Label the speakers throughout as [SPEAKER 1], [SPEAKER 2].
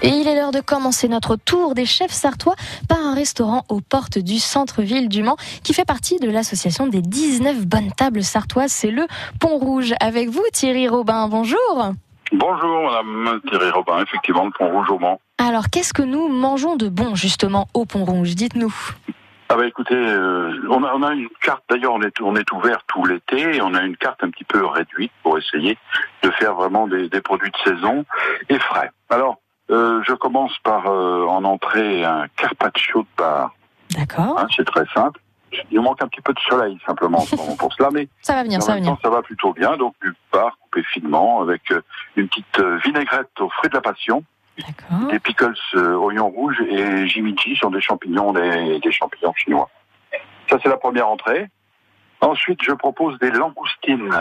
[SPEAKER 1] Et il est l'heure de commencer notre tour des chefs sartois par un restaurant aux portes du centre-ville du Mans qui fait partie de l'association des 19 bonnes tables sartoises. C'est le Pont Rouge. Avec vous, Thierry Robin, bonjour.
[SPEAKER 2] Bonjour, madame Thierry Robin, effectivement, le Pont Rouge au Mans.
[SPEAKER 1] Alors, qu'est-ce que nous mangeons de bon, justement, au Pont Rouge Dites-nous.
[SPEAKER 2] Ah bah écoutez, euh, on, a, on a une carte, d'ailleurs on est, on est ouvert tout l'été, et on a une carte un petit peu réduite pour essayer de faire vraiment des, des produits de saison et frais. Alors, euh, je commence par euh, en entrée un carpaccio de bar.
[SPEAKER 1] D'accord.
[SPEAKER 2] Hein, c'est très simple. Il manque un petit peu de soleil simplement pour, pour cela, mais
[SPEAKER 1] Ça va venir,
[SPEAKER 2] en
[SPEAKER 1] ça va
[SPEAKER 2] même
[SPEAKER 1] venir.
[SPEAKER 2] temps ça va plutôt bien. Donc du bar coupé finement avec euh, une petite euh, vinaigrette aux fruits de la passion,
[SPEAKER 1] D'accord.
[SPEAKER 2] des pickles euh, oignons rouges et jimichi sur des champignons, des, des champignons chinois. Ça c'est la première entrée. Ensuite je propose des langoustines.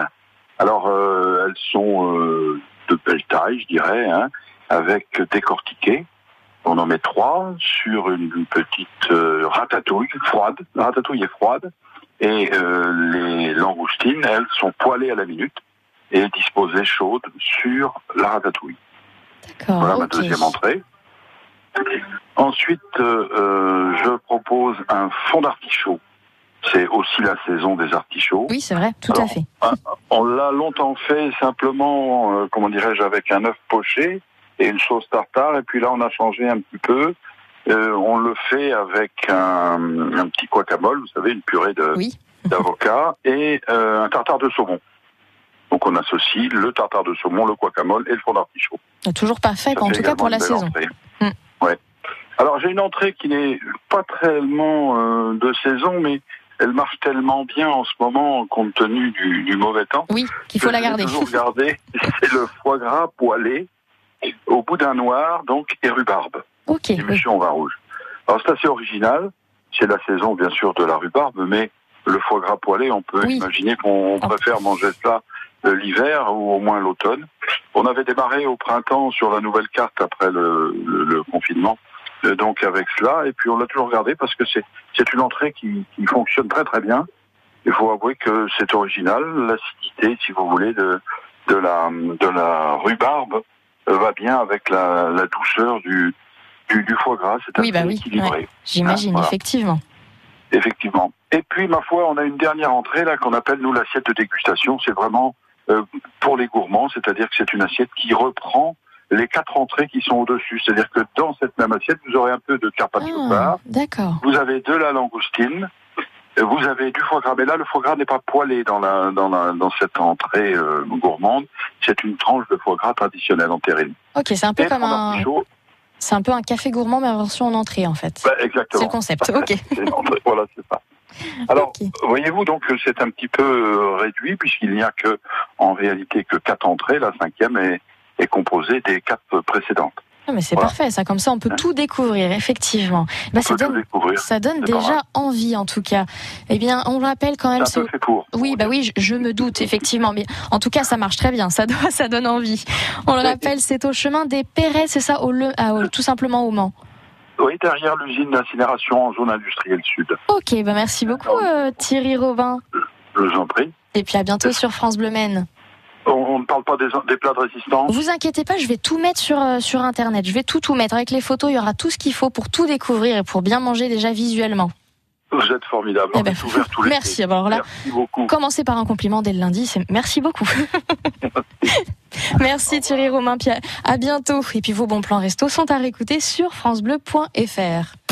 [SPEAKER 2] Alors euh, elles sont euh, de belle taille, je dirais, hein, avec décortiquées. On en met trois sur une, une petite euh, ratatouille froide. La ratatouille est froide et euh, les langoustines, elles, sont poêlées à la minute et disposées chaudes sur la ratatouille.
[SPEAKER 1] D'accord.
[SPEAKER 2] Voilà ma
[SPEAKER 1] Ah, ok.
[SPEAKER 2] deuxième entrée. Ensuite, euh, euh, je propose un fond d'artichaut. C'est aussi la saison des artichauts.
[SPEAKER 1] Oui, c'est vrai, tout à
[SPEAKER 2] Alors,
[SPEAKER 1] fait.
[SPEAKER 2] On l'a longtemps fait simplement, euh, comment dirais-je, avec un œuf poché et une sauce tartare. Et puis là, on a changé un petit peu. Euh, on le fait avec un, un petit guacamole, vous savez, une purée de-
[SPEAKER 1] Oui.
[SPEAKER 2] d'avocat et euh, un tartare de saumon. Donc on associe le tartare de saumon, le guacamole et le fond d'artichaut.
[SPEAKER 1] Toujours parfait,
[SPEAKER 2] Ça
[SPEAKER 1] en
[SPEAKER 2] fait
[SPEAKER 1] tout cas
[SPEAKER 2] également
[SPEAKER 1] pour la
[SPEAKER 2] une belle
[SPEAKER 1] saison.
[SPEAKER 2] entrée.
[SPEAKER 1] Mm.
[SPEAKER 2] Ouais. Alors j'ai une entrée qui n'est pas tellement euh, de saison, mais elle marche tellement bien en ce moment compte tenu du, du mauvais temps.
[SPEAKER 1] Oui, qu'il faut
[SPEAKER 2] que
[SPEAKER 1] la
[SPEAKER 2] je l'ai
[SPEAKER 1] garder.
[SPEAKER 2] Toujours garder. C'est le foie gras poêlé au bout d'un noir, donc et rhubarbe,
[SPEAKER 1] Ok. oui.
[SPEAKER 2] émulsion au vin rouge. Alors c'est assez original. C'est la saison bien sûr de la rhubarbe, mais le foie gras poêlé, on peut
[SPEAKER 1] Oui.
[SPEAKER 2] imaginer qu'on
[SPEAKER 1] Oh.
[SPEAKER 2] préfère manger cela euh, l'hiver ou au moins l'automne. On avait démarré au printemps sur la nouvelle carte après le, le- le confinement, euh, donc avec cela, et puis on l'a toujours gardé parce que c'est c'est une entrée qui, qui fonctionne très très bien. Il faut avouer que c'est original, l'acidité, si vous voulez, de, de la de la rhubarbe euh, va bien avec la, la douceur du, du du foie gras, c'est
[SPEAKER 1] Oui,
[SPEAKER 2] assez
[SPEAKER 1] bah oui,
[SPEAKER 2] équilibré.
[SPEAKER 1] J'imagine,
[SPEAKER 2] Ah, voilà.
[SPEAKER 1] effectivement.
[SPEAKER 2] Effectivement. Et puis, ma foi, on a une dernière entrée là qu'on appelle nous l'assiette de dégustation. C'est vraiment euh, pour les gourmands, c'est-à-dire que c'est une assiette qui reprend les quatre entrées qui sont au-dessus. C'est-à-dire que dans cette même assiette, vous aurez un peu de carpaccio de
[SPEAKER 1] Ah,
[SPEAKER 2] bar,
[SPEAKER 1] d'accord.
[SPEAKER 2] vous avez de la langoustine, euh, vous avez du foie gras. Mais là, le foie gras n'est pas poêlé dans la dans la dans cette entrée euh, gourmande. C'est une tranche de foie gras traditionnelle en terrine.
[SPEAKER 1] Ok, c'est un peu
[SPEAKER 2] Et
[SPEAKER 1] comme
[SPEAKER 2] en
[SPEAKER 1] un,
[SPEAKER 2] artichaut,
[SPEAKER 1] c'est un peu un café gourmand mais en version en entrée en fait.
[SPEAKER 2] bah,
[SPEAKER 1] C'est le
[SPEAKER 2] exactement.
[SPEAKER 1] concept. Ok.
[SPEAKER 2] C'est une entrée. voilà, c'est ça. Alors,
[SPEAKER 1] Ok.
[SPEAKER 2] Voyez-vous donc que c'est un petit peu euh, réduit puisqu'il n'y a que en réalité que quatre entrées, la cinquième est, est composée des quatre précédentes.
[SPEAKER 1] Ah, mais c'est
[SPEAKER 2] voilà.
[SPEAKER 1] parfait, ça. Comme ça, on peut tout découvrir, effectivement. Bah,
[SPEAKER 2] On
[SPEAKER 1] ça
[SPEAKER 2] peut tout
[SPEAKER 1] donne,
[SPEAKER 2] découvrir.
[SPEAKER 1] ça donne
[SPEAKER 2] C'est pas
[SPEAKER 1] déjà
[SPEAKER 2] mal.
[SPEAKER 1] envie, en tout cas. Eh bien, on le rappelle quand
[SPEAKER 2] C'est
[SPEAKER 1] même.
[SPEAKER 2] un
[SPEAKER 1] ce-
[SPEAKER 2] peu fait pour.
[SPEAKER 1] Oui, bah oui, je, je me doute, effectivement. Mais en tout cas, ça marche très bien. Ça, doit- ça donne envie. On le rappelle, c'est au chemin des Perrets, c'est ça, au le, ah, au- tout simplement au Mans.
[SPEAKER 2] Oui, derrière l'usine d'incinération en zone industrielle sud.
[SPEAKER 1] Ok, bah merci beaucoup, euh, Thierry Robin.
[SPEAKER 2] Je vous en prie.
[SPEAKER 1] Et puis à bientôt sur France Bleu Maine.
[SPEAKER 2] On, on ne parle pas des, des plats de résistance.
[SPEAKER 1] Vous inquiétez pas, je vais tout mettre sur, euh, sur Internet. Je vais tout tout mettre. Avec les photos, il y aura tout ce qu'il faut pour tout découvrir et pour bien manger déjà visuellement.
[SPEAKER 2] Vous êtes formidable.
[SPEAKER 1] Eh
[SPEAKER 2] On
[SPEAKER 1] ben,
[SPEAKER 2] est ouvert tous les
[SPEAKER 1] Merci. Alors là,
[SPEAKER 2] Merci beaucoup.
[SPEAKER 1] commencer par un compliment dès le lundi, c'est merci beaucoup. merci Thierry Romain Pierre. À bientôt. Et puis vos bons plans resto sont à réécouter sur francebleu.fr.